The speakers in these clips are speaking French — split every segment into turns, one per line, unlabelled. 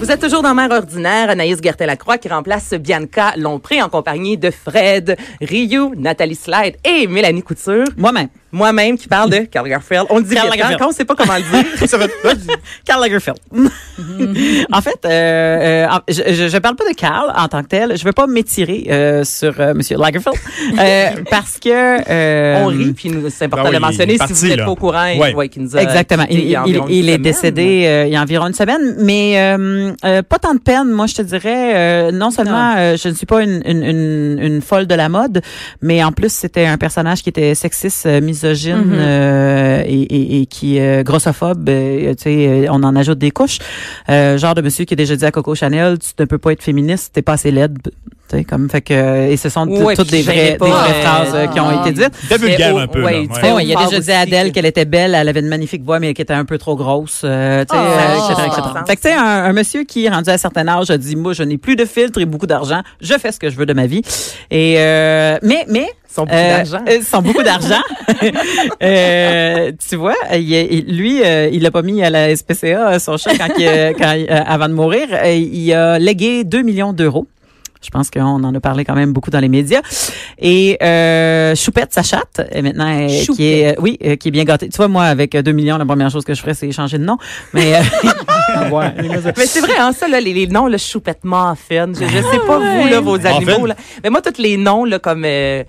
Vous êtes toujours dans Mère Ordinaire, Anaïs Gertin-Lacroix qui remplace Bianca Lompré en compagnie de Fred Ryu, Nathalie Slide et Mélanie Couture.
Moi-même.
Moi-même qui parle de Karl Lagerfeld. On le dit
Karl
vite, hein,
Lagerfeld.
quand on sait pas comment le dire.
Ça va- Karl Lagerfeld. en fait, euh, euh, en- je, je, je parle pas de Karl en tant que tel. Je veux pas m'étirer euh, sur euh, Monsieur Lagerfeld euh, parce que euh,
on rit, puis nous- c'est
Ben
important de
oui,
le mentionner
il
si
est
vous
parti,
n'êtes
là.
pas au courant. et-
Ouais.
ouais, qu'il nous a
Exactement. Il,
quittés euh, il y a
il-
environ
il
une
est
semaine.
décédé euh, il y a environ une semaine, mais euh, euh, pas tant de peine. Moi, je te dirais, euh, non seulement euh, je ne suis pas une, une, une, une folle de la mode, mais en plus, c'était un personnage qui était sexiste, euh, misogyne
Mm-hmm.
euh, et, et, et qui euh, grossophobe. euh, tu sais, euh, on en ajoute des couches. Euh, genre de monsieur qui a déjà dit à Coco Chanel, tu ne peux pas être féministe, t'es pas assez laide. tu sais, Comme, fait que, euh, et ce sont t-
Ouais,
toutes
puis
des
gênez
vraies,
pas,
des vraies
euh,
phrases euh, qui ont
ah.
été dites.
C'était vulgaire
Mais au-
un peu.
ouais,
là,
il dit-
ouais.
Oui, Oh, il y a
Fort
déjà dit
aussi
à Adèle
que-
qu'elle était belle, elle avait une magnifique voix, mais qu'elle était un peu trop grosse, euh, tu sais, euh,
Oh, ça
etc.,
a
etc.
du sens.
Fait que, tu sais, un, un monsieur qui, rendu à un certain âge, a dit, moi, je n'ai plus de filtre et beaucoup d'argent, je fais ce que je veux de ma vie. Et, euh, mais, mais...
Son beaucoup
euh,
d'argent.
euh, son beaucoup d'argent. Euh, tu vois, il est- il- lui, euh, il l'a pas mis à la SPCA, euh, son chien, quand il, euh, quand il- euh, avant de mourir. Euh, il a légué 2 millions d'euros. Je pense qu'on en a parlé quand même beaucoup dans les médias. Et euh, Choupette, sa chatte, euh, maintenant, euh, qui est, euh, oui, euh, qui est bien gâtée. Tu vois, moi, avec euh, 2 millions, la première chose que je ferais, c'est changer de nom. Mais, euh, ouais,
Ah Mais c'est vrai, hein, ça, là, les, les noms, le choupette muffin, je, je sais pas vous, là, vos
Muffin.
animaux. Là. Mais moi, tous les noms, là, comme... euh,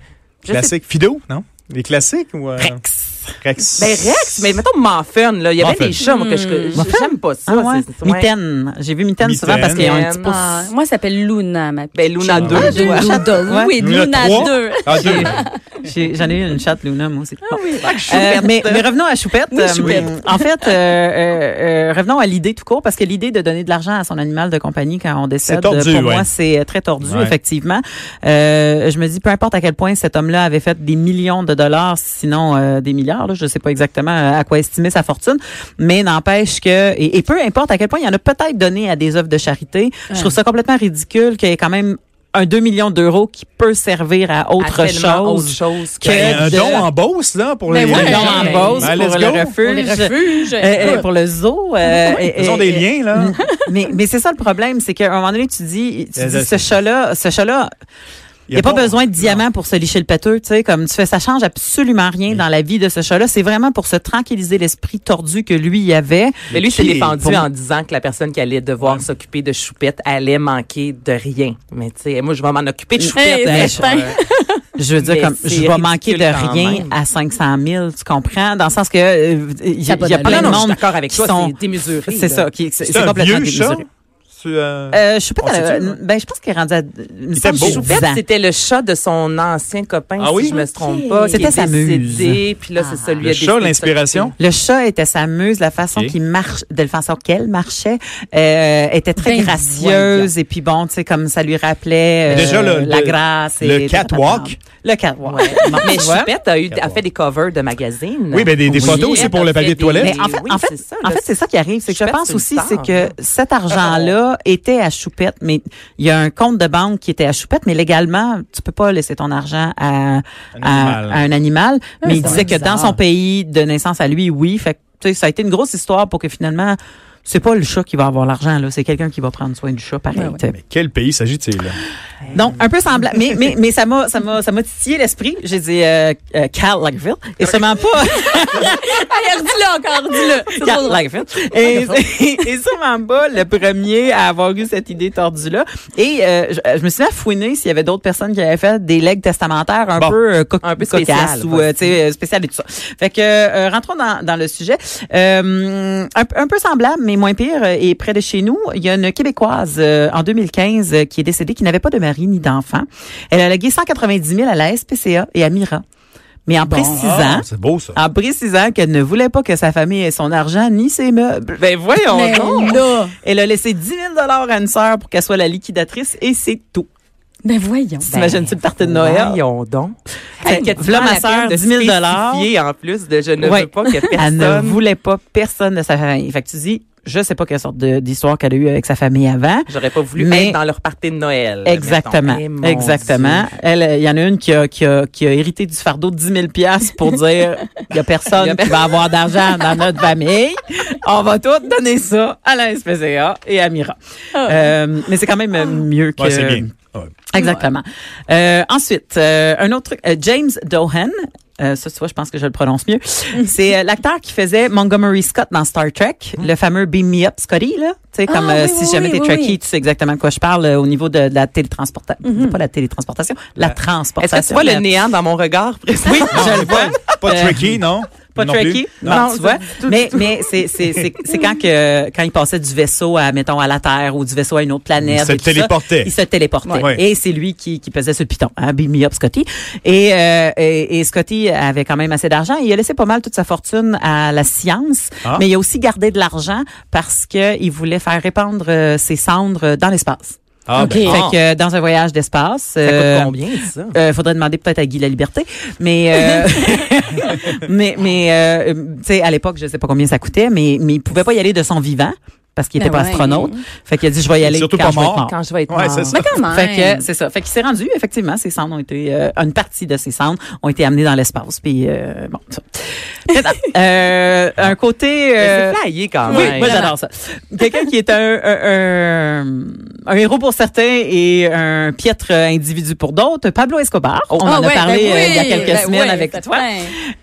je
Ben,
sais
Classique. Fido, non? Les classiques ou. euh, Rex.
Ben Rex, mais mettons Muffin, là. Il y avait
Muffin.
des chats, moi, que je. je- J'aime pas ça.
Ah ouais.
c'est- c'est- ouais.
Mitaine. J'ai vu Mitaine souvent parce qu'ils ont un petit pouce.
Ah, moi, ça s'appelle Luna, ma petite.
Ben Luna
Ah,
2.
Ah, j'ai une
ouais.
Luna, oui,
Luna
Luna
trois.
2.
Ah, deux.
J'ai- J'en ai eu une chatte, Luna, moi aussi. Bon.
Ah Choupette.
Euh, mais, mais revenons à Choupette.
Oui, Choupette.
Euh, en fait, euh, euh, euh, revenons à l'idée tout court, parce que l'idée de donner de l'argent à son animal de compagnie quand on décède,
C'est tordu,
euh, pour
ouais.
moi, c'est euh, très tordu,
Ouais.
effectivement. Euh, je me dis, peu importe à quel point cet homme-là avait fait des millions de dollars, sinon euh, des milliards, là, je ne sais pas exactement euh, à quoi estimer sa fortune, mais n'empêche que, et, et peu importe à quel point il y en a peut-être donné à des œuvres de charité, je trouve ça complètement ridicule qu'il y ait quand même un 2 millions d'euros qui peut servir à
À
autre
tellement
chose
Autre chose
Il y
que.
a Un
de- Ben
don en Beauce, là, pour
Mais
les.
ouais,
Un don
Ouais.
en Beauce
Ben,
pour
let's
le
go.
refuge.
refuge. Eh,
Euh, euh, pour le zoo. euh, et-
Ils ont
et-
des
et-
liens, Eh, là.
Mais, mais c'est ça le problème, c'est qu'à un moment donné, tu dis, tu
Là,
dis
là,
ce
c'est-
chat-là, ce chat-là, il n'y a pas besoin de diamants pour se licher le pâteux, tu sais, comme tu fais, ça change absolument rien dans la vie de ce chat-là. C'est vraiment pour se tranquilliser l'esprit tordu que lui y avait.
Mais Ben, lui, s'est
Qui est-
défendu
pour-
en disant que la personne qui allait devoir s'occuper de Choupette allait manquer de rien. Mais tu sais, moi, je vais m'en occuper de Choupette.
Hey,
ben,
hein.
certain.
Eh, Je veux dire,
Mais
comme,
c'est
je vais manquer de
ridicule quand
rien
même.
à 500 000, tu comprends? Dans le sens que, euh, il y, a-
Ça va
il y a
de
plein
Ah
de
non, non, je suis
monde.
d'accord avec
qui
toi.
sont-
C'est démesuré. là.
C'est ça, qui, c'est
C'est
c'est
un
complètement
vieux chat.
démesuré.
Tu, euh,
Euh, je suis pas,
On sait-tu, hein?
ben, je pense qu'il est rendu à, il me
était
semble que
beau.
j'ai
Choupette,
10 ans.
c'était le chat de son ancien copain,
Ah oui?
si je me trompe
Ok.
pas. qui
C'était
est
sa Ah.
décédé, Puis là, c'est celui
Le chat, l'inspiration.
Le chat était sa muse, la façon
Ok.
qu'il marche, de la façon qu'elle marchait, euh, était très
Ben,
gracieuse et puis bon, tu sais comme ça lui rappelait euh,
Déjà, le-
la
le-
grâce et
le
tout ça.
catwalk.
Le catwalk. Bon,
Mais
tu vois?
Choupette a, eu, a fait des covers de magazines.
Oui, ben, des- des photos aussi
elle
pour le
a
papier
fait
de toilette.
des-
Mais en fait,
oui,
en fait,
c'est ça,
en
là.
fait, c'est ça qui arrive. C'est que je
Choupette,
pense
c'est une
aussi,
star,
c'est que
là.
cet argent-là était à Choupette, mais il y a un compte de banque qui était à Choupette, mais légalement, tu peux pas laisser ton argent à, à,
animal.
à un animal. mais il
c'est
disait que
bizarre.
dans son pays de naissance à lui, oui. Fait que, tu sais, ça a été une grosse histoire pour que finalement, c'est pas le chat qui va avoir l'argent, là. C'est quelqu'un qui va prendre soin du chat, pareil.
Ouais, ouais.
tu sais.
Mais quel pays s'agit-il? là?
Donc, un peu semblable. Mais, mais, mais ça m'a, ça m'a, ça m'a titillé l'esprit. J'ai dit, euh, euh, Carl Lagerfeld. Et seulement pas.
Allez, redis-le Ah, encore, redis-le. C'est trop
Carl
drôle.
Lagerfeld. Et, et, et sûrement pas le premier à avoir eu cette idée tordue-là. Et euh, je, je me suis mis à fouiner s'il y avait d'autres personnes qui avaient fait des legs testamentaires un
Bon.
peu, euh, co-
Un peu
cocasses
spéciales,
ou euh, tu sais, euh, spéciales et tout ça. Fait que euh, rentrons dans, dans le sujet. Euh, un, un peu semblable, mais moins pire. euh, Et près de chez nous, il y a une Québécoise euh, en 2015 euh, qui est décédée, qui n'avait pas de mari ni d'enfant. Elle a légué 190 000 à la SPCA et à Mira mais en précisant,
Ah, c'est beau, ça.
en précisant qu'elle ne voulait pas que sa famille ait son argent ni ses meubles. Ben voyons
Mais
donc.
là,
Elle a laissé 10 000 à une sœur pour qu'elle soit la liquidatrice et c'est tout.
ben voyons.
T'imagines-tu le party de Noël?
Voyons donc.
Fait que voilà
Ah,
ma sœur, 10 000
spécifier en plus de je ne
Ouais.
veux pas que
Elle ne
personne...
voulait pas personne de sa famille. Fait que tu dis, je sais pas quelle sorte de- d'histoire qu'elle a eue avec sa famille avant.
J'aurais pas voulu
Mais-
être dans leur party de Noël.
Exactement.
mettons. Eh, mon
Exactement. Elle, euh, il y en a une qui a, qui a, qui a hérité du fardeau de 10 000 piastres pour dire, il y
Il
a
y
personne
a
qui va avoir d'argent dans notre famille. On va tout donner ça à la SPCA et à Mira.
Ah.
Euh, mais c'est quand même euh, mieux que...
Ouais, c'est bien. Ouais.
Exactement. Euh, ensuite, euh, un autre truc, euh, James Dohan. Euh, ça, tu vois, je pense que je le prononce mieux. C'est euh, l'acteur qui faisait Montgomery Scott dans Star Trek, le fameux Beam Me Up Scotty, là. Tu sais,
Ah,
comme euh,
oui,
si
oui,
jamais
oui,
t'es
oui,
tracky,
oui.
tu sais exactement de quoi je parle euh, au niveau de, de la télétransportation. Pas la télétransportation, la
Dieu. Est-ce
transportation.
que tu vois le néant dans mon regard? présentement?
Oui,
Non,
je le
c'est
vois.
pas- Pas
Euh,
tricky, non?
Pas
Non plus?
tricky.
Non.
Non,
Non,
tu vois.
du tout,
mais mais c'est c'est c'est c'est quand que quand il passait du vaisseau à mettons à la Terre ou du vaisseau à une autre planète.
Il se
et tout ça,
téléportait.
il se téléportait.
Ouais.
Et c'est lui qui qui pesait sur le piton. Hein, Beam me up, Scotty. Et, euh, et et Scotty avait quand même assez d'argent. Il a laissé pas mal toute sa fortune à la science,
Ah.
mais il a aussi gardé de l'argent parce que il voulait faire répandre euh, ses cendres dans l'espace.
Ah, ben,
OK.
Fait que euh, dans un voyage d'espace.
Ça coûte
euh,
combien, ça?
euh, faudrait demander peut-être à Guy la Liberté, mais euh, mais mais euh, tu sais à l'époque je sais pas combien ça coûtait, mais mais il pouvait pas y aller de son vivant parce qu'il
Ben
était pas
ouais.
astronaute. Fait qu'il a dit je vais y aller
Surtout
quand
pas
je vais être
mort.
mort.
Quand je vais être
Ouais,
mort.
Ah.
c'est ça.
Mais Ben, quand même.
Fait que c'est ça. Fait qu'il s'est rendu effectivement ses cendres ont été euh, une partie de ses cendres ont été amenées dans l'espace. Puis euh, bon ça. Maintenant, euh, un côté
Ben,
euh,
Mais C'est flyé quand
oui,
même.
moi j'adore ça. Quelqu'un qui est un, un, un- un héros pour certains et un piètre individu pour d'autres, Pablo Escobar. on
Ah
en a
ben
parlé euh, il y a quelques semaines avec toi.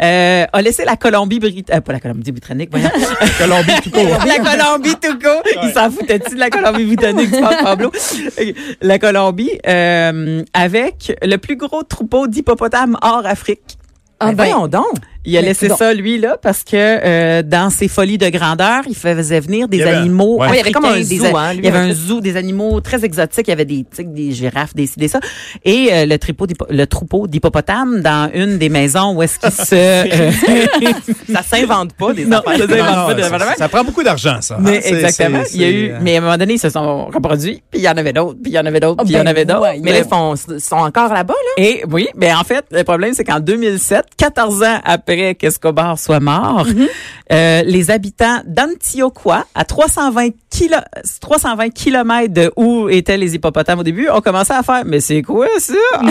Euh, a laissé la Colombie-Britannique, pas la Colombie-Britannique, voyons.
Colombie tout court.
la Colombie tout court. Il s'en foutait-tu de la Colombie-Britannique, tu penses, Pablo? Euh, La Colombie, euh, avec le plus gros troupeau d'hippopotames hors Afrique.
Ah
Ben,
ben,
voyons donc.
Il a
Mais
laissé
dis donc.
ça, lui, là, parce que euh, dans ses folies de grandeur, il faisait venir des
Il y avait un-
animaux
ouais.
Ouais, il y avait comme un
africains, des
zoo,
a-
hein, lui,
il y avait
en
un
fait.
zoo, des animaux très exotiques. Il y avait des tigres, des girafes, des ci, des ça. Et euh, le, tripo d'hippo- le troupeau d'hippopotames dans une des maisons où est-ce qu'il se... euh,
Ça s'invente pas, des
Non,
affaires.
ça
Non,
s'invente
non,
pas de-
ça, ça- ça prend beaucoup d'argent, ça.
mais
hein. C'est-
exactement.
c'est-
il y a
c'est,
eu...
euh,
Mais à un moment donné, ils se sont reproduits. Puis il y en avait d'autres, puis il y en avait
Oh,
d'autres,
Ah,
puis il y en
ben
avait d'autres.
voyons.
Mais là, ils font- ils sont encore là-bas, là?
Et oui, mais en fait, le problème, c'est qu'en 2007, 14 ans après qu'Escobar soit mort,
Mhm.
euh, les habitants d'Antioquia, à 320 kilo, 320 kilomètres de où étaient les hippopotames au début, ont commencé à faire, mais c'est quoi ça? Ah,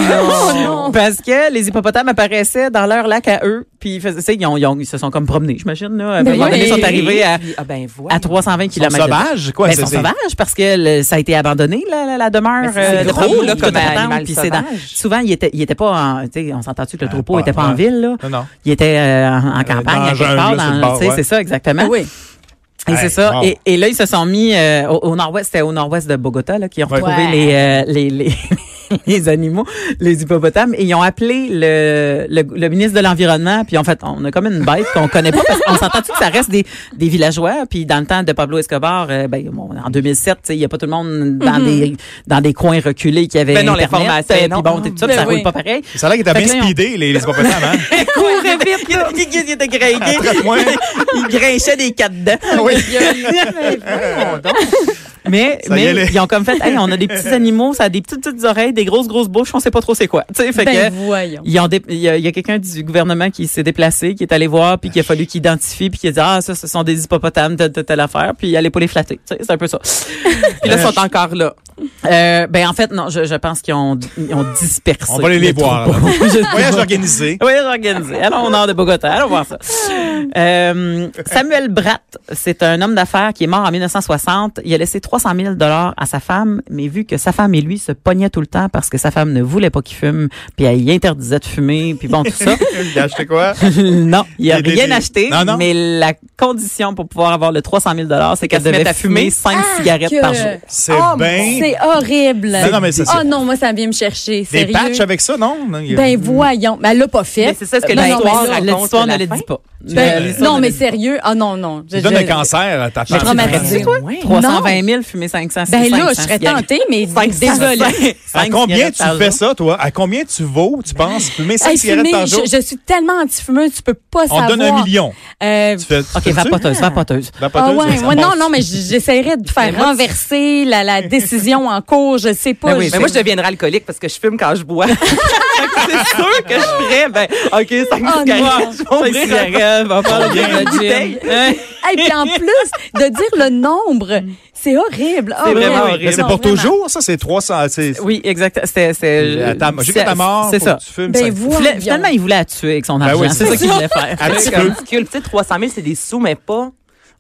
non.
Parce que les hippopotames apparaissaient dans leur lac à eux, puis ils, faisaient, tu sais, ils, ont- ils ont- ils se sont comme promenés, j'imagine, là. À un
Ben
moment donné,
oui.
ils sont arrivés à,
Puis, ah ben voilà.
à 320
ils sont
kilomètres. de-
sauvages, quoi.
ben,
c'est-
sont
c'est-
sauvages parce que le- ça a été abandonné la, la, la demeure.
Mais Ben, c'est
euh, de
gros,
troupeau
là,
de
comme
patentes,
animal
puis c'est dans-
sauvage.
Souvent, il était, il était pas en, tu sais, on s'entend-tu que le
Ah,
troupeau
pas-
était pas en
ouais.
ville, là?
Non, non.
Il était euh, en, en campagne,
dans
à
la
quelque
jungle,
part,
là, sur le
dans-
bord,
tu sais,
ouais.
c'est ça, exactement.
Ah oui.
Et c'est
Hey,
ça.
wow.
Et, et là, ils se sont mis euh, au, au nord-ouest, c'était au nord-ouest de Bogota, là, qui ont
Ouais.
retrouvé
Ouais.
les, euh, les, les, les animaux, les hippopotames, et ils ont appelé le, le, le ministre de l'Environnement, puis en fait, on a comme une bête qu'on connaît pas, parce qu'on s'entend que ça reste des, des villageois, puis dans le temps de Pablo Escobar, euh, ben, bon, en 2007, tu sais, il y a pas tout le monde dans
Mm-hmm.
des, dans des coins reculés qui avaient
Ben non,
Internet,
l'information,
euh,
non.
puis bon, tout ça,
Ben
ça
oui.
roule pas pareil.
Ça a l'air qu'ils étaient
Fait que
bien
là,
speedés, les les hippopotames, hein?
courait vite, là. Il, il, il était gringué.
Attrape-moi.
Il grinchait des quatre dents.
Oui.
Mais,
Ah, Ça y
mais
allait.
ils ont comme fait, hey, on a des petits animaux, ça a des petites, petites oreilles, des grosses, grosses bouches, on sait pas trop c'est quoi. Tu sais, fait
Ben
que.
voyons.
Ils ont dé- il y a, il y a quelqu'un du gouvernement qui s'est déplacé, qui est allé voir, puis
Ah,
qui a fallu qu'il identifie, puis qui a dit ah ça ce sont des hippopotames de, de telle affaire, puis il allait pas les flatter, Tu sais, c'est un peu ça.
Puis là, ils sont encore là.
Euh, ben en fait non, je, je pense qu'ils ont ils ont dispersé.
On va aller les
le
voir.
troupeau.
là.
Je sais
Voyage
pas.
organisé.
Oui, organisé. Allons au nord de Bogota. Allons voir ça. Euh, Samuel Bratt, c'est un homme d'affaires qui est mort en 1960. Il a laissé 300 000 dollars à sa femme, mais vu que sa femme et lui se pognaient tout le temps parce que sa femme ne voulait pas qu'il fume, puis elle y interdisait de fumer, puis bon, tout ça.
Il a acheté quoi?
non, il a
Des- des-
rien
des-
acheté,
Non, non.
mais la condition pour pouvoir avoir le 300 000 dollars, c'est qu'elle
qu'elle se
devait
mette à
fumer
fumer.
5
Ah,
cigarettes par
que-
jour.
C'est
Ah,
bien.
C'est hot. horrible.
Non, non, mais ça, c'est-
oh non, moi, ça vient me chercher.
Des
Sérieux.
patchs avec ça, non? Non, il y a-
Ben voyons. Mais elle l'a pas fait.
Ben, Mais c'est ça ce que
Non, non,
l'histoire
mais là-
raconte.
L'histoire ne
la
le
fin.
dit pas. Euh,
Ben,
Mais
non,
l'histoire ne le
mais
dit pas.
sérieux. Ah non, non. Je,
Tu donnes
je-
un cancer à ta
Je
tante.
traumatisée.
C'est quoi?
320 000 fumés 500
Ben là,
500,
je serais
500.
tentée, mais désolée.
Désolée.
À
Cinq
combien
cigarettes
tu
par
fais
jour.
ça, toi? À combien tu vaux, tu penses? Fumer 5
Ben, Hey,
cigarettes
fumer,
par jour?
je, je suis tellement anti-fumeuse, tu peux pas
On
savoir.
te donne un million.
Euh,
Tu fais, tu
OK,
fais-tu?
vapoteuse, vapoteuse.
Vapoteuse,
ah ouais,
ça
ouais,
passe.
non, non, mais j- j'essaierais de faire renverser la, la décision en cours, je sais pas.
Ben oui,
je-
Mais moi, je deviendrai alcoolique parce que je fume quand je bois. Fait que c'est sûr que je ferais, ben, OK, 5
Oh, non.
cigarettes, je vais
Cinq
ouvrir un-
cigarettes, va faire le
Combien?
gin.
Bouteille.
Hein?
Hey, puis en plus, de dire le nombre, c'est horrible.
C'est
horrible.
vraiment
Mais
horrible.
Mm. c'est
Non,
pour
vraiment.
toujours, ça, c'est 300. c'est-
Oui, exact. C'était. c'était-
À ta- Jusqu'à
c'est-
ta mort,
C'est
faut
ça.
que tu fumes.
Ben
ça-
Il voulait-
voyons.
Finalement, il voulait la tuer avec son
Ben
argent.
oui,
c'est
c'est
ça qu'il voulait faire.
Un petit
C'est
peu.
ridicule. Tu sais, 300 000, c'est des sous, mais pas.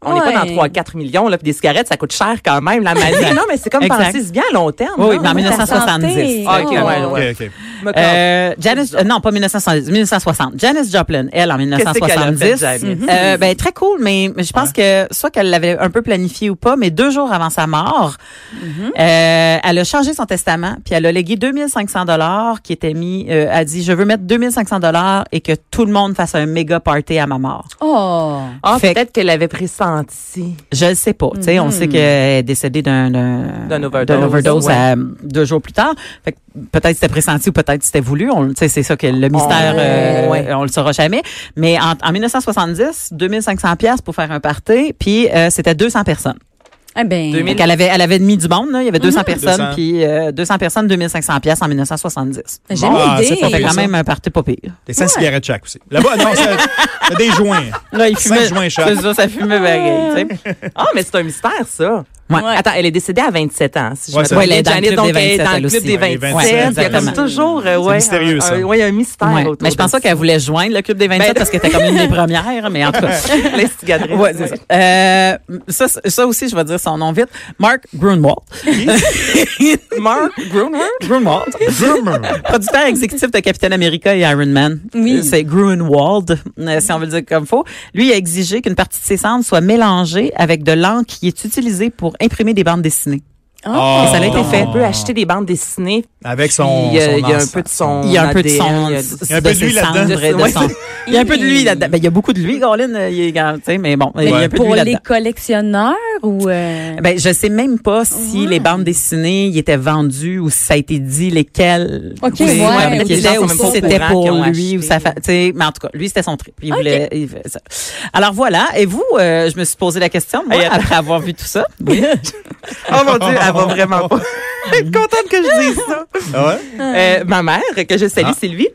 On n'est
Ouais.
pas dans 3 4 millions. Là, puis des cigarettes, ça coûte cher quand même, la maladie. non, mais c'est comme
Exact.
penser bien à long terme.
Oui, oui,
non?
mais en
Ah, mais ta
1970.
santé.
Ah, OK,
Oh.
ouais,
OK,
ouais.
OK.
Me casse.
Euh, Janis, euh, non, pas 1970, 1960. Janis Joplin, elle, en
Qu'est-ce qu'elle a
1970.
fait, Janis? Mhm.
Euh, ben, très cool, mais mais je pense que soit qu'elle l'avait un peu planifié ou pas, mais deux jours avant sa mort,
Mhm.
euh, elle a changé son testament, puis elle a légué 2500 dollars qui était mis, euh, elle a dit, je veux mettre 2500 dollars et que tout le monde fasse un méga party à ma mort.
Oh.
Ah,
fait-
peut-être qu'elle avait pressenti.
Je le sais pas. Tu sais, on sait qu'elle est décédée d'un d'un-
Mhm. D'un overdose.
d'un overdose
Ouais.
à- deux jours plus tard. Fait que peut-être c'était pressenti ou peut-être c'était voulu. On, le- tu sais, c'est ça que le mystère, euh,
ouais.
on le saura jamais. Mais en, en 1970, 2500 pièces pour faire un party, puis euh, c'était 200 personnes.
Eh ben,
2000.
Donc elle avait, elle avait mis du monde. Là. Il y avait
Mhm.
200 personnes,
200.
puis euh, 200 personnes, 2500 pièces en 1970.
j'ai
Bon, ah,
l'idée.
c'est pas
Fait
pire,
quand
ça.
même un party pas pire.
Des 5 cigarettes chaque aussi. Là-bas, non, ça- t'as des joints.
Là, il
Cinq
fumait.
joints chaque.
C'est ça, ça fumait pareil, tu sais.
Ah, mais c'est un mystère, ça.
Ouais.
Attends, elle est décédée à 27 ans, si je
Ouais,
me
ça-
trompe.
Ouais, elle est dans le
Janis,
club
donc, elle
des
est dans
27,
le club
elle
des
aussi.
27.
Ouais,
Il y a comme
exactement.
toujours, euh, ouais,
mystérieux,
un-
ça.
un- ouais, il y a un mystère
Ouais.
autour
Mais je
de
pense
ça.
pas
Ben
qu'elle voulait joindre le club des 27 parce qu'elle était comme une des premières, mais en tout cas.
Les cigarettes.
Ouais, c'est ça. Euh, ça. Ça aussi, je vais dire son nom vite. Mark Grunwald.
Mark Gruner.
Grunwald. Producteur exécutif de Capitaine America et Iron Man.
Oui.
Euh, C'est Grunwald, euh, si on veut le dire comme faut. Lui il a exigé qu'une partie de ses cendres soit mélangée avec de l'encre qui est utilisée pour imprimer des bandes dessinées.
Oh.
Et ça a été fait.
On peut acheter des bandes dessinées.
Avec
Puis,
son.
euh,
son
il y a un
encens.
peu de son.
Il y a un peu de
ADN,
son,
il y a du-
de,
y a un peu de lui
ses
là-dedans.
cendres et de
Ouais.
son- Il y a un peu de lui là-dedans. Ben, il y a beaucoup de lui, Colin. euh, Il est, grand, tu sais, mais bon, il y a un peu de
Pour
lui
les
là-dedans.
collectionneurs ou. euh,
Ben, je sais même pas si les bandes dessinées y étaient vendues ou si ça a été dit lesquelles.
Ok,
Oui,
ouais,
ouais,
ok,
peut-être les gens
c'est
ou
ça.
si c'était
Comprends qu'ils ont
pour lui ou
acheté.
sa fa- tu sais, Mais en tout cas, lui, c'était son trip. Il voulait, il fait ça. Alors voilà. Et vous, euh, je me suis posé la question, moi,
Hey, attends.
après avoir vu tout ça.
Oh mon Dieu, elle va vraiment pas être contente que je dise ça.
Ah ouais?
Euh, ma mère, que je salue,
Ah.
Sylvie.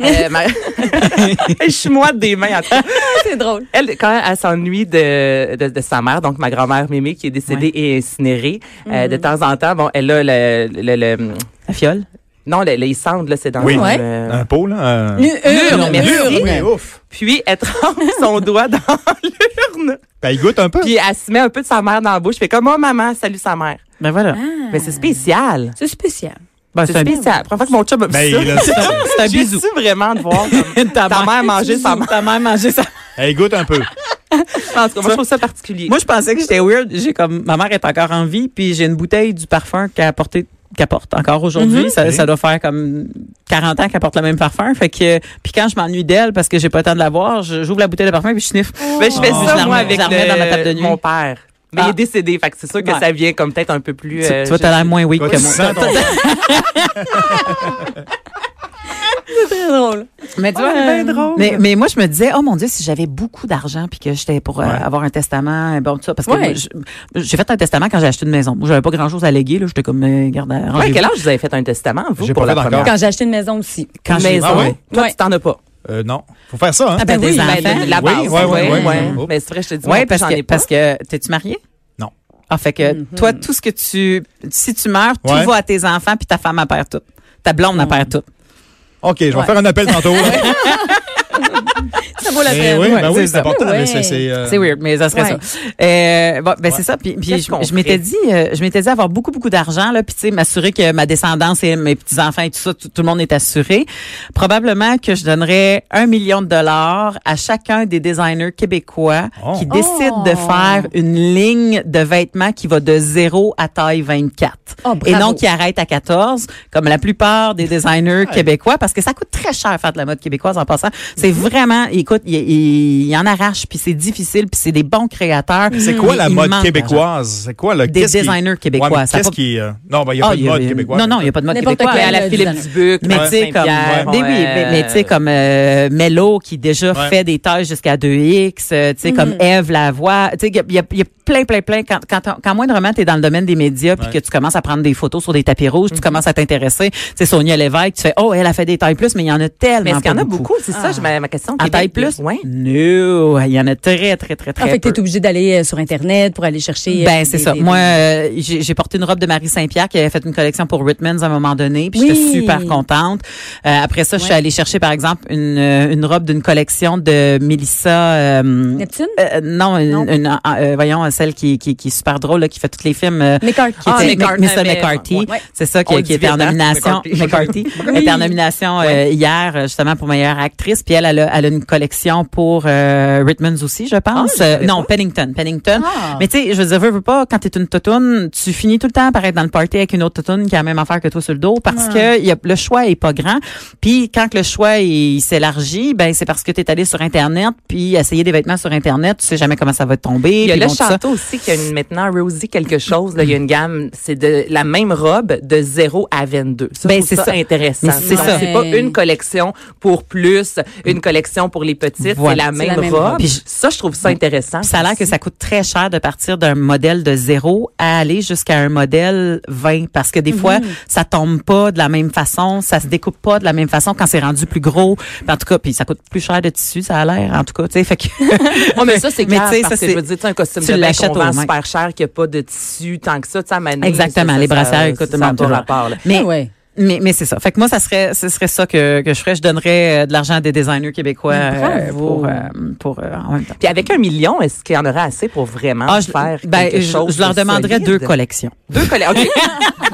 Euh, ma- je suis moi des mains. en tout cas.
c'est drôle.
Elle, quand elle s'ennuie de, de, de sa mère, donc ma grand-mère Mémé qui est décédée et incinérée, euh, de temps en temps, bon, elle a le, le, le- le-
La fiole.
non, le- les cendres, là, c'est dans
Oui.
le- euh,
Ouais.
le-
Un pot, là?
Une
Un...
urne,
merci.
urne.
oui, ouf.
Puis elle trempe son doigt dans l'urne.
Ben, il goûte un peu.
Puis elle se met un peu de sa mère dans la bouche. Fait comme, oh maman, salut sa mère.
Ben voilà.
Mais c'est spécial.
C'est spécial.
Ben,
Ah, C'est spécial. La première fois que mon chum a vu
Ben,
ça.
il, a-
C'est un
J'ai
bisou.
su vraiment de voir comme ta, mère manger sa mère.
Ta mère mangeait sa
Ben, il goûte un peu.
En tout cas, moi, je trouve ça particulier.
Moi, je pensais que j'étais weird. J'ai comme ma mère est encore en vie, puis j'ai une bouteille du parfum qu'elle a porté qu'elle porte encore aujourd'hui. ça,
Ok.
ça doit faire comme 40 ans qu'elle porte le même parfum. Fait que puis quand je m'ennuie d'elle parce que j'ai pas le temps de la voir, je- j'ouvre la bouteille de parfum puis je sniffe.
Ben, je fais
Oh. Je
ça,
la
moi,
remets-
avec
je la remets
le-
dans ma table de nuit.
mon père. Mais
Ah.
il est décédé, fait que c'est sûr que
Ouais.
ça vient comme peut-être un peu plus...
Tu-
euh,
tu vois,
je-
t'as l'air moins weak
Toi,
que
tu
moi.
sens ton-
Très drôle.
Mais tu vois,
c'est bien drôle.
Mais, mais moi, je me disais, oh mon Dieu, si j'avais beaucoup d'argent puis que j'étais pour euh,
Ouais.
avoir un testament, bon, tout ça. Parce que
Ouais.
moi, je- j'ai fait un testament quand j'ai acheté une maison. Moi, j'avais pas grand chose à léguer, là. J'étais comme, euh, garde,
Ouais,
rangez-vous.
quel âge vous avez fait un testament, vous,
J'ai
pour
pas
la
fait
première?
encore.
Quand j'ai acheté une maison aussi.
Quand j'ai-
maison.
Ah ouais?
Toi,
Ouais.
tu t'en as pas.
Euh, non. Faut faire ça, hein?
Ah, ben,
Ben
des
oui, ben,
enfants.
de- de la
Oui,
base.
ouais, ouais,
ouais,
ouais,
ouais.
ouais.
Mais c'est vrai, je te dis,
Oui,
moi,
parce
j'en
que,
ai pas.
parce que t'es-tu marié?
Non.
Ah, fait que toi, tout ce que tu. Si tu meurs,
Ouais.
tout va à tes enfants, Mm. puis ta femme en perd tout. Ta blonde en perd tout.
OK, je vais
Ouais.
faire un appel tantôt. là.
Ça vaut la
Eh
peine.
oui, ben
Ouais,
oui,
c'est
c'est
ça.
important, mais
Ouais.
c'est. C'est euh,
C'est weird, mais ça serait
Ouais.
ça. Euh, bon, ben c'est ça. Puis, puis
Qu'est-ce
je,
qu'on
je
ferait?
m'étais dit, euh, je m'étais dit avoir beaucoup beaucoup d'argent là, puis tu sais m'assurer que ma descendance et mes petits enfants et tout ça, tout, tout le monde est assuré. Probablement que je donnerais un million de dollars à chacun des designers québécois
Oh.
qui décident de
Oh.
faire une ligne de vêtements qui va de 0 à taille 24
Ah,
Oh,
et
bravo.
non qui arrête à 14 comme la plupart des designers québécois parce que ça coûte très cher faire de la mode québécoise en passant. C'est
Mhm.
vraiment écoute, il- il il en arrache puis c'est difficile puis c'est des bons créateurs.
c'est quoi la
Il
mode
manque d'argent.
québécoise? C'est quoi le.
Des
qu'est-ce qui-
designers
Ouais, mais
québécois, ça
Qu'est-ce
pas-
qui. euh, Non, ben, il n'y a
Ah,
pas de
y
mode québécoise.
Non non, il n'y a pas de mode
N'importe
québécoise.
quel,
à la
euh,
Philippe
designer.
Dubuc,
Mais tu sais comme
Saint-Pierre,
mais oui, mais, mais tu sais comme euh, Mello qui déjà
Ouais.
fait des tailles jusqu'à 2x, euh, tu sais comme
Mm-hmm.
Eve Lavoie, tu sais il y a- il y, a- il y a plein plein plein quand quand, on- quand moindrement tu es dans le domaine des médias puis
Ouais.
que tu commences à prendre des photos sur des tapis rouges,
Mm-hmm.
tu commences à t'intéresser, tu sais Sonia Lévesque, tu fais oh elle a fait des tailles plus mais il y en a tellement
Mais est-ce qu'il y en
pas
a beaucoup? C'est ça,
Ah.
je- ma, ma question.
En
Québec,
taille plus
Oui.
No, il y en a très très très très
Ah, fait que
peu.
t'es obligé d'aller euh, sur Internet pour aller chercher. euh,
Ben c'est
des-
ça.
des-
Moi, euh, j'ai j'ai porté une robe de Marie Saint-Pierre qui avait fait une collection pour Whitman's à un moment donné, puis
Oui.
j'étais super contente. Euh, après ça, je suis
Ouais.
allée chercher par exemple une, euh, une robe d'une collection de Melissa. euh,
Neptune?
euh, non, une-
Non.
une- euh, voyons celle qui, qui, qui est super drôle là, qui fait tous les films. euh,
McCarthy.
qui
Ah,
était
McCarthy.
Mr.
Mais-
McCarthy,
ouais.
c'est ça
On
qui,
le
qui
dit
était en
vite, hein,
nomination.
McCarthy.
McCarthy était en nomination euh, hier euh, justement pour meilleur actrice. Puis elle, elle a, elle a une collection pour euh, Ritmans aussi, je pense.
je
Euh,
savais
non,
pas.
Pennington, Pennington.
Ah.
Mais tu sais, je veux dire, veux, veux pas, quand t'es une totoune, tu finis tout le temps par être dans le party avec une autre totoune qui a la même affaire que toi sur le dos parce que y a- le choix est pas grand. Puis quand que le choix il s'élargit, ben c'est parce que t'es allé sur Internet puis essayer des vêtements sur Internet, tu sais jamais comment ça va te tomber.
Il y a
puis
le
bon, tout ça.
château aussi qui a une, maintenant Rosie quelque chose. Là, il y a une gamme, c'est de la même robe de 0 à 22. Ça,
Ben,
je trouve
c'est
ça,
ça.
intéressant.
Mais c'est
Donc,
ça.
C'est pas
Ouais.
une collection pour plus, une collection pour les petites.
Voilà.
C'est la
C'est
même,
la même
robe.
robe.
Puis je-
Ça, je trouve ça intéressant.
Puis ça a l'air que ça coûte très cher de partir d'un modèle de zéro à aller jusqu'à un modèle 20 parce que des
Mhm.
fois, ça tombe pas de la même façon, ça se découpe pas de la même façon quand c'est rendu plus gros. Puis En tout cas, puis ça coûte plus cher de tissu, ça a l'air, en tout cas, tu sais, fait que...
Ouais, mais ça, c'est
Mais
grave
tu sais,
parce
ça,
que je
c'est-
veux dire, tu sais, un costume
tu
de bain
l'achètes
qu'on
au
vend
Mac.
super cher qui a pas de tissu tant que ça, tu sais, à Mané,
Exactement,
ça,
les
ça,
brassières,
ça,
écoute,
euh, ça
mon
n'a pas
Dieu.
rapport, là.
Mais,
Ah ouais.
mais, mais c'est ça. Fait que moi, ça serait, ce serait ça que, que je ferais. Je donnerais euh, de l'argent à des designers québécois euh,
Bravo.
pour, euh, pour euh, en même temps.
Puis avec un million, est-ce qu'il y en aura assez pour vraiment
Ah, je,
faire
ben,
quelque
je-
chose
je leur
de
demanderais
solide?
deux collections.
Deux collègues.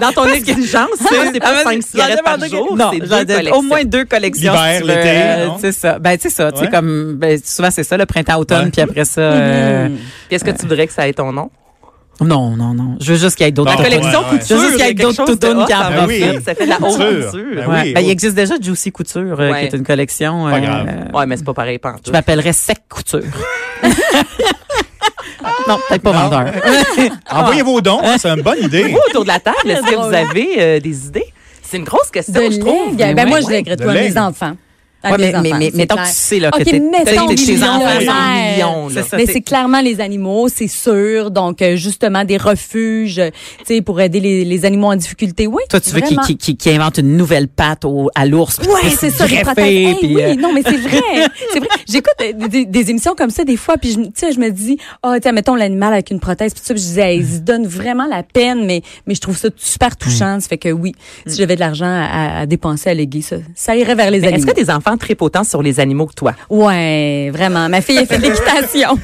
Dans ton exigence, c'est c'est pas cinq
Ah, vas-y, j'en
cigarettes par
demanderais-
jour,
Non,
c'est
j'en
deux
demanderais
collections.
au moins deux collections.
L'hiver,
si tu veux,
l'été,
euh,
non?
C'est ça. Ben, c'est ça. Tu sais,
Ouais.
comme, ben, souvent, c'est ça, le printemps, automne,
Ouais.
puis après ça, euh,
Puis est-ce que tu voudrais que ça ait ton nom? Mm-hmm.
non, non, non. Je veux juste qu'il y ait d'autres.
La
collections.
collection
ouais, ouais.
couture.
Je veux juste qu'il y ait
quelque
d'autres
chose de
toutounes
hot,
qui en
ça
profitent.
fait- Ça fait de la haute
Couture.
couture.
Ben
Ouais.
oui,
Ben, il
oh.
existe déjà Juicy Couture, euh,
Ouais.
qui est une collection.
Pas
euh,
grave.
Ouais, mais c'est pas pareil, pas
je m'appellerais Sec Couture. non, peut-être pas
Non.
vendeur.
Ah. Envoyez vos dons,
Hein?
c'est une bonne idée.
Vous, autour de la table, est-ce que vous avez euh, des idées? C'est une grosse question,
De
je trouve.
legs. Ben,
Ouais.
moi, je l'ai
De
toi, mes
legs.
enfants. À
Ouais,
mes
mais, mais,
enfants,
mais,
c'est
mettons que
clair.
tu sais, là,
Ok,
que t'es,
mettons
t'es- t'es chez enfants,
millionnaire.
ils sont millions, là.
Mais c'est clairement les animaux, c'est sûr. Donc, euh, justement, des refuges, euh, tu sais, pour aider les, les animaux en difficulté. Oui.
Toi, tu veux qu'il
vraiment.
qu'il- qu'il- qu'il invente une nouvelle patte au, à l'ours. puis qu'il
Ouais,
puisse
c'est ça, les
greffer,
protèges. Hey,
puis,
oui,
euh,
non, mais c'est vrai. c'est vrai. J'écoute euh, des, des- des émissions comme ça des fois, puis je, me- tu sais, je me dis, ah, tiens, mettons l'animal avec une prothèse, puis tout ça, puis je disais,
Mm.
hey, ils se donnent vraiment la peine, mais, mais je trouve ça super touchant. Ça fait que oui, si j'avais de l'argent à, à- à dépenser à léguer, ça, ça irait vers les
Mm. Mais est-ce
animaux.
que des enfants tripent autant sur les animaux que toi?
Ouais, vraiment. Ma fille a fait de l'équitation.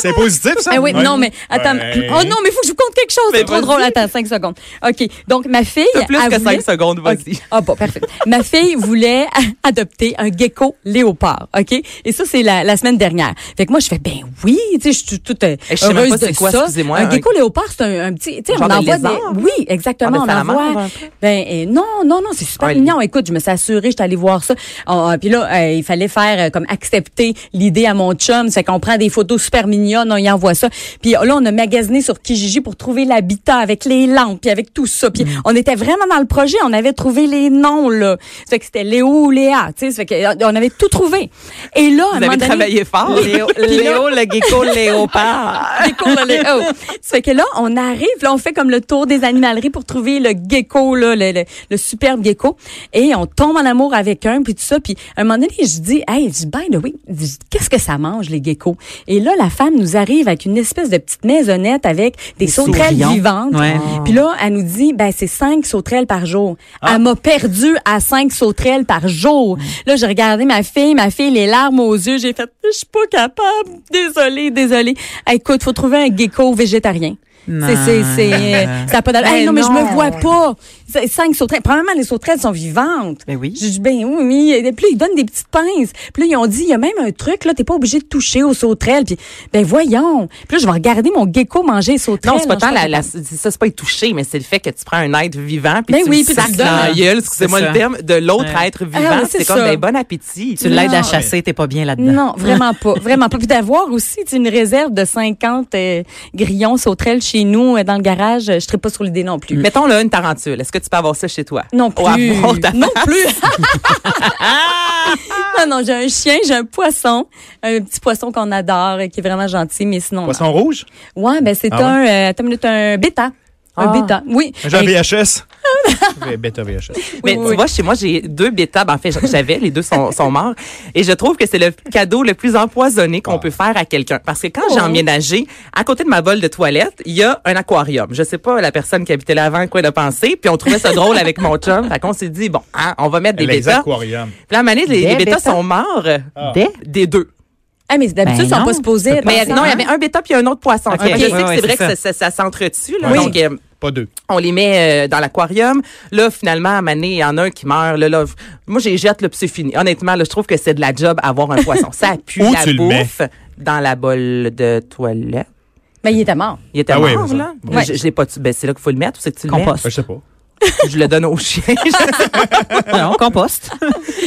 C'est positif, ça?
Ah oui, non, mais attends.
Ouais.
Oh non, mais il faut que je vous conte quelque chose. C'est trop drôle. Attends, 5 secondes. OK. Donc, ma fille.
T'as plus
elle
que
voulait-
cinq secondes, vas-y.
OK. Ah bon, parfait. ma fille voulait adopter un gecko léopard. OK? Et ça, c'est la, la semaine dernière. Fait que moi, je fais, ben oui, tu sais, je suis tout- toute euh,
Et je sais même
heureuse
pas
de
c'est quoi,
ça.
excusez-moi,
un
un-
gecko léopard, c'est un, un petit. Tu sais,
Genre
on
de
envoie des.
lézard?
Oui, exactement.
Ah,
on
de salamandre,
envoie.
un
Ben euh, non, non, non, c'est super
Ouais.
mignon. Écoute, je me suis assurée, j'étais allée voir ça. Ah, ah, puis là, euh, il fallait faire euh, comme accepter l'idée à mon chum. C'est qu'on prend des photos super mignonnes, on y envoie ça. Puis là, on a magasiné sur Kijiji pour trouver l'habitat avec les lampes, puis avec tout ça. Puis
Mm.
on était vraiment dans le projet, on avait trouvé les noms là. Ça fait que c'était Léo ou Léa, tu sais, ça fait que euh, on avait tout trouvé. Et là, à
Vous
un moment
avez
donné-
travaillé fort. Ah,
Léo, Léo, le gecko léopard.
gecko là, le- oh. Ça fait que là, on arrive, là, on fait comme le tour des animaleries pour trouver le gecko, là, le, le- le superbe gecko. Et on tombe en amour avec un, puis tout ça. Puis à un moment donné, je dis, hey, je dis, by the way, je dis, qu'est-ce que ça mange, les geckos? Et là, la femme nous arrive avec une espèce de petite maisonnette avec des,
Des
sauterelles
sourillons.
vivantes.
Ouais.
Puis là, elle nous dit, ben, c'est cinq sauterelles par jour.
Ah.
Elle m'a perdu à cinq sauterelles par jour.
Mm.
Là, j'ai regardé ma fille, ma fille, les larmes aux yeux. J'ai fait, je suis pas capable. Désolée, désolée. Écoute, faut trouver un gecko végétarien. C'est, c'est, c'est, euh, ça a pas d'allure.
Ben
Hey, non, mais je me
non.
vois pas. C'est Cinq sauterelles. Premièrement, les sauterelles sont vivantes.
Ben oui.
J'ai dit, ben oui, oui. Et puis là, ils donnent des petites pinces. Puis là, ils ont dit, il y a même un truc, là, t'es pas obligé de toucher aux sauterelles. Puis, ben voyons. Puis là, je vais regarder mon gecko manger les sauterelles.
Non, c'est pas tant la,
Je
la- ça, c'est pas être touché, mais c'est le fait que tu prends un être vivant puis
Ben
tu
oui,
le
puis tu
sacs
le
dans la
donnes.
gueule, excusez-moi
C'est
le
ça.
terme, de l'autre
Ouais.
être
Ah
vivant.
oui, c'est
c'est comme
ça.
des bon appétit.
Tu l'aides à
Non.
chasser, t'es pas bien là-dedans.
Non, vraiment pas. Vraiment pas. Puis d'avoir aussi tu sais, une réserve de 50 euh, grillons sauterelles chez nous euh, dans le garage, euh, je serais pas sur l'idée non plus. Ben,
Mettons là une tarentule. Est-ce que tu peux avoir ça chez toi?
Non
Ou
plus.
avoir ta-
Non plus. non, non, j'ai un chien, j'ai un poisson, un petit poisson qu'on adore, euh, qui est vraiment gentil, mais sinon. non.
Poisson rouge?
Ouais, ben c'est
Ah
un, euh, attends une minute, un bêta.
Ah.
Un bêta, oui.
J'ai un
Hey,
VHS. J'ai un Bêta VHS.
Mais
oui,
tu
oui.
vois, chez moi, j'ai deux bêta. Ben, en fait, j'avais, les deux sont, sont morts. Et je trouve que c'est le cadeau le plus empoisonné qu'on peut faire à quelqu'un. Parce que quand j'ai
Oh.
emménagé, à côté de ma bol de toilette, il y a un aquarium. Je sais pas la personne qui habitait là avant quoi de penser. Puis on trouvait ça drôle avec mon chum. Fait qu'on s'est dit, bon, hein, on va mettre des
Les
bêtas. Puis
aquariums.
la manée, les,
Des
les bêtas
bêtas?
sont morts.
Des?
Des deux.
Ah, mais d'habitude,
Ben
ils sont
non,
pas supposés. hein.
Mais
penser-
non, il y avait un bêta puis un autre poisson.
Ok.
Fait que Je sais
Ouais,
que
ouais,
c'est vrai
c'est
que ça, ça, ça s'entretue. là.
Oui.
Donc, euh,
Pas deux.
on les met euh, dans l'aquarium. Là, finalement, à Mané, il y en a un qui meurt. Là, là, moi, j'ai jette, là, puis c'est fini. Honnêtement, là, je trouve que c'est de la job avoir un poisson. Ça pue
Où
la
tu le mets?
bouffe dans la bolle de toilette.
Mais il était mort.
Il était
Ah
mort,
oui, mais ça-
là.
bon.
Je, je l'ai pas tué. Ben, c'est là qu'il faut le mettre ou c'est que tu le
Compost.
Ben, Je sais pas.
mets? Je le donne au chien.
non, compost.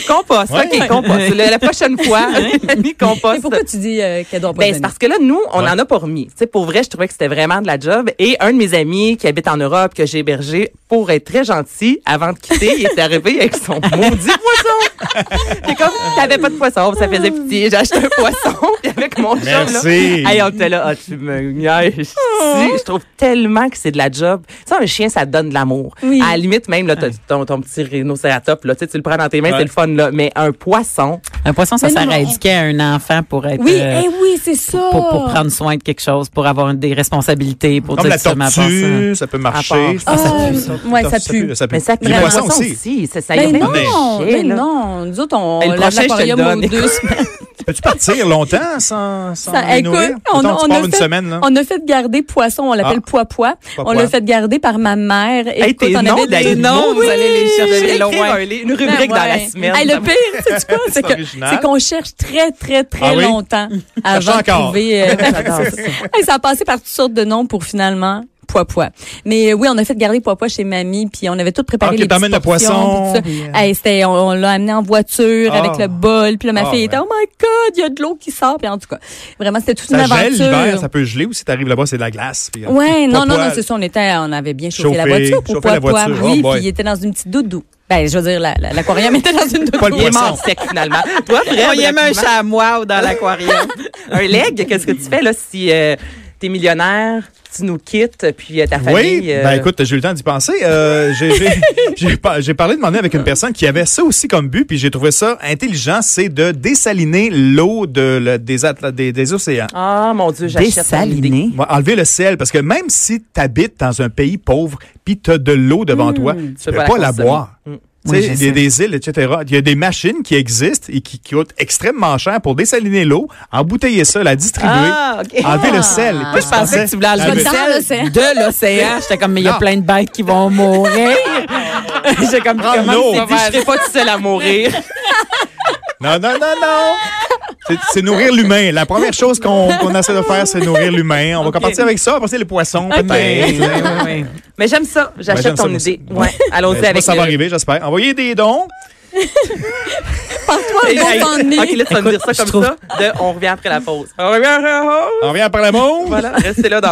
compost.
Ouais.
OK, compost. Le- la prochaine fois, mis compost.
Mais pourquoi tu dis euh, qu'elle doit pas
Ben, c'est parce que là, nous, on en a pas remis. Tu sais, pour vrai, je trouvais que c'était vraiment de la job. Et un de mes amis qui habite en Europe, que j'ai hébergé, pour être très gentil, avant de quitter, il est arrivé avec son maudit poisson. C'est comme, t'avais pas de poisson, ça faisait pitié. J'ai acheté un poisson, puis avec mon chum, là.
Merci.
Hey, on était là, ah, tu me niaises. Si, Je trouve tellement que c'est de la job. Tu sais, un chien, ça donne de l'amour.
Oui.
À la limite, même, là, t'as ton, ton petit rhinocératop, là, tu sais, tu le prends dans tes mains,
Ouais.
c'est le fun, là. Mais un poisson,
Un poisson, ça
Mais non,
sert à
mais on-
éduquer à un enfant pour être.
Oui,
euh,
eh oui, c'est ça.
pour, pour prendre soin de quelque chose, pour avoir des responsabilités, pour
Comme
dire
la
que tu m'as pensé.
hein.
tortue, ça peut marcher.
Ah,
ça pue, ça. Ouais, ça pue.
Ça pue.
Mais ça,
Les
crée un
poissons
poisson
aussi.
Ça, ça
Mais
y a
Ben non,
plein de
mais
chiens, là.
non. Nous autres, on
Ben, le
lave
prochain, je te le
l'aquarium aux
donne,
deux semaines.
Peux-tu partir longtemps sans, sans
Ça-
les
écoute,
nourrir?
on,
Mettons,
on
tu pars
a
une
fait,
semaine, là.
on a fait garder poisson, on l'appelle
Ah.
poipois. On
Poipois.
l'a fait garder par ma mère. Et
Hey, tes noms, Dave, noms, vous allez les chercher
Je vais
loin. Une
Ben
rubrique dans la semaine.
Ben le pire, c'est quoi? C'est que-
original.
c'est qu'on cherche très, très, très
Ah oui?
longtemps avant de
cherche encore.
trouver. euh,
J'adore ça.
Hey, ça a passé par toutes sortes de noms pour finalement pois pois. Mais euh, oui, on a fait garder pois pois chez mamie, puis on avait tout préparé
Ah, ok,
les
t'emmènes
petites
le poisson, euh,
portions, puis tout ça. Hey, c'était, on, on l'a amené en voiture
Ah.
avec le bol, puis là, ma
Ah,
fille
ouais.
était oh my god, il y a de l'eau qui sort, puis en tout cas, vraiment c'était toute
Ça
une
gèle l'hiver,
aventure.
ça peut geler ou si t'arrives là-bas, c'est de la glace. puis, euh,
ouais, non non
poil.
non, c'est ça, on était on avait bien chauffé, la
Chauffé,
voiture pour
chauffé
pois
la
pois.
voiture.
Oui,
Oh boy.
puis il était dans une petite doudou. Ben, je veux dire, la- la- l'aquarium était dans une doudou.
Pas le
Il est
poisson.
mort sec, finalement. Toi, vraiment,
On y aimait un
rapidement,
chamois dans l'aquarium.
Un leg, qu'est-ce que tu fais, là, si euh, t'es millionnaire, tu nous quittes, puis euh, ta famille...
Oui,
euh,
ben écoute, j'ai eu le temps d'y penser. Euh, j'ai- j'ai- j'ai par- j'ai parlé de m'en aller avec une personne qui avait ça aussi comme but, puis j'ai trouvé ça intelligent, c'est de désaliner l'eau de la- des, atla- des, des océans.
Ah, mon Dieu, j'achète ton idée.
Désaliné.
Ouais, enlever le ciel, parce que même si tu habites dans un pays pauvre, puis tu as de l'eau devant toi, tu
peux
peux
pas
pas,
la
la
consommer.
boire.
Mm.
Tu sais,
Oui, je
il y
sais.
a des îles, etc. Il y a des machines qui existent et qui, qui coûtent extrêmement cher pour désaliner l'eau, embouteiller ça, la distribuer,
Ah, OK.
enlever le sel.
Ah.
Puis
Je pensais que tu voulais enlever
Je
le
vais dans l'océan.
sel de l'océan. J'étais comme, mais il y a
Non.
plein de bêtes qui vont mourir. J'ai comme,
Prends
comment
l'eau.
c'est
Je
dit,
serai
je
Ah, pas tout seul à mourir.
Non, non, non, non! C'est- C'est nourrir l'humain. La première chose qu'on qu'on essaie de faire, c'est nourrir l'humain. On va partir avec ça, passer les poissons, peut-être.
Oui, oui, oui.
Mais j'aime ça. J'achète
Ben, j'aime ça,
ton
moi aussi.
idée. Ouais. Allons-y
Ben, je sais pas
avec...
si ça va
euh,
arriver, j'espère. Envoyez des dons.
Porte-toi
Hey,
un
hey,
bon temps de nid.
OK, là, tu vas me dire ça
je
comme
trouve-
ça. de on revient après la pause. On revient après la pause.
On revient par la mode.
Ah, Voilà, restez là dans